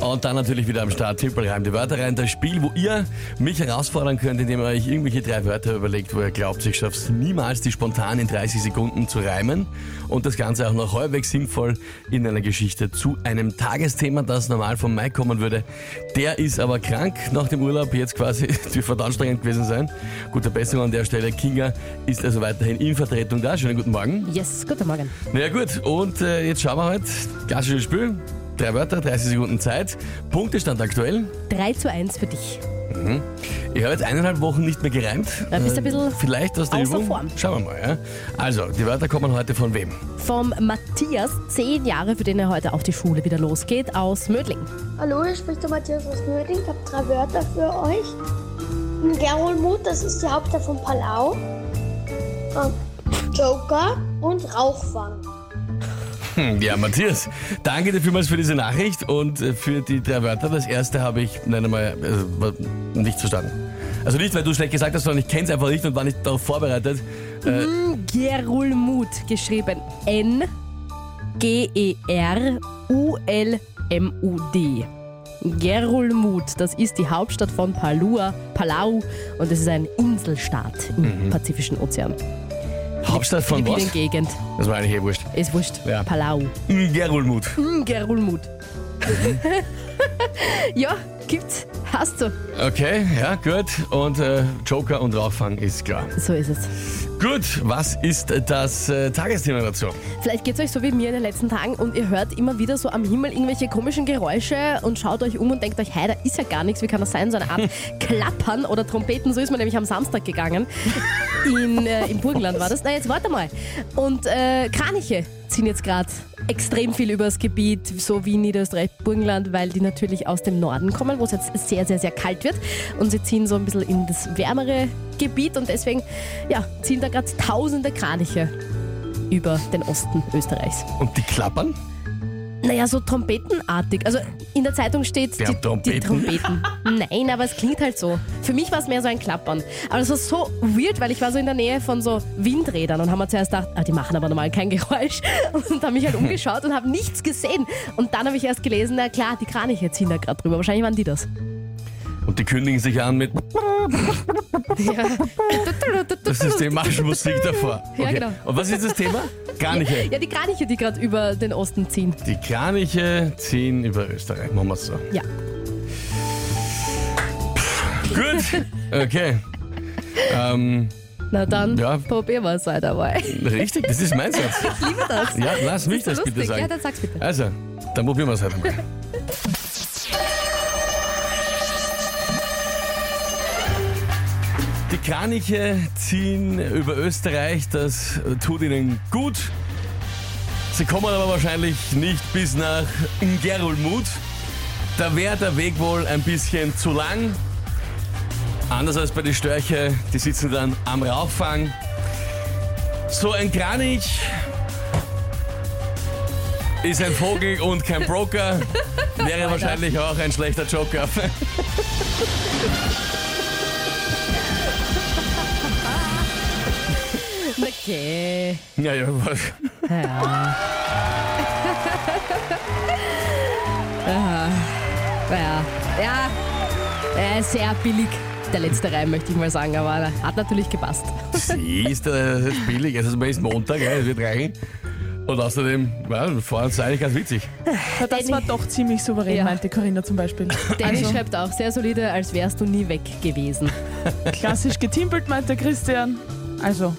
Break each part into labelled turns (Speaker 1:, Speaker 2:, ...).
Speaker 1: Und dann natürlich wieder am Start Tippel reimt die Wörter rein. Das Spiel, wo ihr mich herausfordern könnt, indem ihr euch irgendwelche drei Wörter überlegt, wo ihr glaubt, ich schaff's niemals, die spontan in 30 Sekunden zu reimen. Und das Ganze auch noch halbwegs sinnvoll in einer Geschichte zu einem Tagesthema, das normal vom Mai kommen würde. Der ist aber krank nach dem Urlaub, jetzt quasi, dürfte verdammt anstrengend gewesen sein. Gute Besserung an der Stelle. Kinga ist also weiterhin in Vertretung da. Schönen guten Morgen.
Speaker 2: Yes, guten Morgen.
Speaker 1: Na ja, gut, und äh, jetzt schauen wir halt. Klassisches Spiel. Drei Wörter, 30 Sekunden Zeit. Punktestand aktuell.
Speaker 2: 3 zu 1 für dich.
Speaker 1: Ich habe jetzt eineinhalb Wochen nicht mehr gereimt.
Speaker 2: Da bist du ein
Speaker 1: Äh,
Speaker 2: bisschen
Speaker 1: Vielleicht aus der
Speaker 2: außer
Speaker 1: Übung.
Speaker 2: Form.
Speaker 1: Schauen wir mal. Ja. Also, die Wörter kommen heute von wem?
Speaker 2: Vom Matthias, 10 Jahre, für den er heute auch die Schule wieder losgeht, aus Mödling.
Speaker 3: Hallo, hier spricht der Matthias aus Mödling. Ich habe drei Wörter für euch. Ein Gerolmut, das ist die Hauptstadt von Palau. Ähm, Joker und Rauchfang.
Speaker 1: Hm, Ja, Matthias, danke dir vielmals für diese Nachricht und äh, für die drei Wörter. Das erste habe ich nein, einmal, also, war- nicht verstanden. Also nicht, weil du schlecht gesagt hast, sondern ich kenne es einfach nicht und war nicht darauf vorbereitet.
Speaker 2: Gerulmut, geschrieben E N-G-E-R-U-L-M-U-D. Gerulmut, das ist die Hauptstadt von Palua, Palau und es ist ein Inselstaat im Pazifischen Ozean.
Speaker 1: Hauptstadt von Mhm. was?
Speaker 2: Philippinen-Gegend,
Speaker 1: Das war eigentlich eh wurscht. Hm,
Speaker 2: ist wurscht,
Speaker 1: Ja.
Speaker 2: Palau.
Speaker 1: Gerulmut.
Speaker 2: Mm, Gerulmut.
Speaker 1: Mhm.
Speaker 2: ja, gibt's. Hast du.
Speaker 1: Okay, ja, gut. Und äh, Joker und Rauchfang ist klar.
Speaker 2: So ist es.
Speaker 1: Gut, was ist das äh, Tagesthema dazu?
Speaker 2: Vielleicht geht's euch so wie mir in den letzten Tagen und ihr hört immer wieder so am Himmel irgendwelche komischen Geräusche und schaut euch um und denkt euch, hey, da ist ja gar nichts, wie kann das sein? So eine Art Klappern oder Trompeten, so ist man nämlich am Samstag gegangen. In, äh, Im Burgenland war das. Na, jetzt warte mal. Und äh, Kraniche ziehen jetzt gerade extrem viel übers Gebiet, so wie Niederösterreich, Burgenland, weil die natürlich aus dem Norden kommen, wo es jetzt sehr, sehr, sehr kalt wird. Und sie ziehen so ein bisschen in das wärmere Gebiet und deswegen ja, ziehen da gerade tausende Kraniche über den Osten Österreichs.
Speaker 1: Und die klappern?
Speaker 2: Naja, so trompetenartig. Also in der Zeitung steht
Speaker 1: Wir
Speaker 2: die,
Speaker 1: haben Trompeten.
Speaker 2: die Trompeten. Nein, aber es klingt halt so. Für mich war es mehr so ein Klappern. Aber es war so weird, weil ich war so in der Nähe von so Windrädern und haben wir zuerst gedacht, ah, die machen aber normal kein Geräusch. Und habe mich halt umgeschaut und habe nichts gesehen. Und dann habe ich erst gelesen, na klar, die Kraniche ziehen da gerade drüber. Wahrscheinlich waren die das.
Speaker 1: Und die kündigen sich an mit das ist die Marschmusik davor.
Speaker 2: Ja, genau.
Speaker 1: Und was ist das Thema? Kraniche.
Speaker 2: Ja, die Kraniche, die gerade über den Osten ziehen.
Speaker 1: Die Kraniche ziehen über Österreich. Machen wir so.
Speaker 2: Ja.
Speaker 1: Gut. Okay. ähm,
Speaker 2: Na dann,
Speaker 1: Ja.
Speaker 2: probieren wir es halt dabei.
Speaker 1: richtig, das ist mein Satz.
Speaker 2: Ich liebe das.
Speaker 1: Ja, lass mich das,
Speaker 2: so
Speaker 1: bitte
Speaker 2: lustig.
Speaker 1: sagen.
Speaker 2: Ja, dann sag's bitte.
Speaker 1: Also, dann probieren wir es halt mal. Die Kraniche ziehen über Österreich, das tut ihnen gut. Sie kommen aber wahrscheinlich nicht bis nach Ngerulmud. Da wäre der Weg wohl ein bisschen zu lang. Anders als bei den Störche, die sitzen dann am Rauchfang. So ein Kranich ist ein Vogel und kein Broker. Wäre wahrscheinlich auch ein schlechter Joker.
Speaker 2: Okay.
Speaker 1: Ja, ja, was?
Speaker 2: Ja, ja. Äh, sehr billig. Der letzte Reim möchte ich mal sagen, aber hat natürlich gepasst.
Speaker 1: Sie ist äh, ist billig. Es ist, es ist Montag, ja, es wird reichen. Und außerdem, ja, vor allem eigentlich ganz witzig.
Speaker 4: Ja, das war doch ziemlich souverän,
Speaker 2: Ja.
Speaker 4: meinte Corinna zum Beispiel.
Speaker 2: Danny
Speaker 1: Also.
Speaker 2: schreibt auch sehr solide, als wärst du nie weg gewesen.
Speaker 4: Klassisch getimpelt, meinte Christian. Also,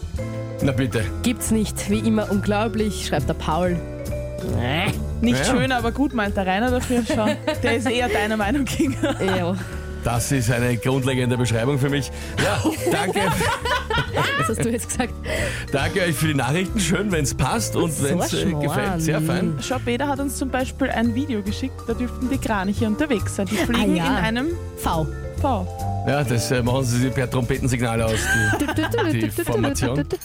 Speaker 1: Na bitte.
Speaker 2: Gibt's nicht, wie immer unglaublich, schreibt der Paul.
Speaker 4: nicht
Speaker 1: Ja.
Speaker 4: schön, aber gut, meint der Rainer dafür. Schau, der ist eher deiner Meinung, Kinga.
Speaker 2: Ja,
Speaker 1: Das ist eine grundlegende Beschreibung für mich. Ja, danke.
Speaker 2: das hast du jetzt gesagt.
Speaker 1: danke euch für die Nachrichten. Schön, wenn es passt und
Speaker 2: So
Speaker 1: wenn es äh,
Speaker 2: schmarrn.
Speaker 1: gefällt. Sehr fein.
Speaker 4: Schau, Peter hat uns zum Beispiel ein Video geschickt, da dürften die Kraniche unterwegs sein. Die fliegen
Speaker 2: Ah, ja.
Speaker 4: in einem
Speaker 2: V.
Speaker 4: V.
Speaker 1: Ja, das äh, machen Sie per Trompetensignal aus. Die, die Formation.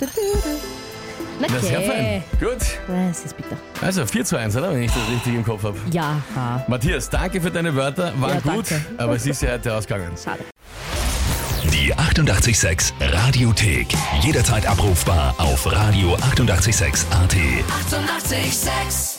Speaker 2: Na
Speaker 1: Na, sehr
Speaker 2: okay.
Speaker 1: fein. Gut.
Speaker 2: Das ist bitter.
Speaker 1: Also 4 zu 1, oder? Wenn ich das richtig im Kopf habe.
Speaker 2: Ja, ha.
Speaker 1: Matthias, danke für deine Wörter. Waren
Speaker 2: Ja,
Speaker 1: gut,
Speaker 2: danke.
Speaker 1: aber es ist ja heute ausgegangen.
Speaker 2: schade.
Speaker 5: Die 886 Radiothek. Jederzeit abrufbar auf radio886.at. 886!
Speaker 6: 886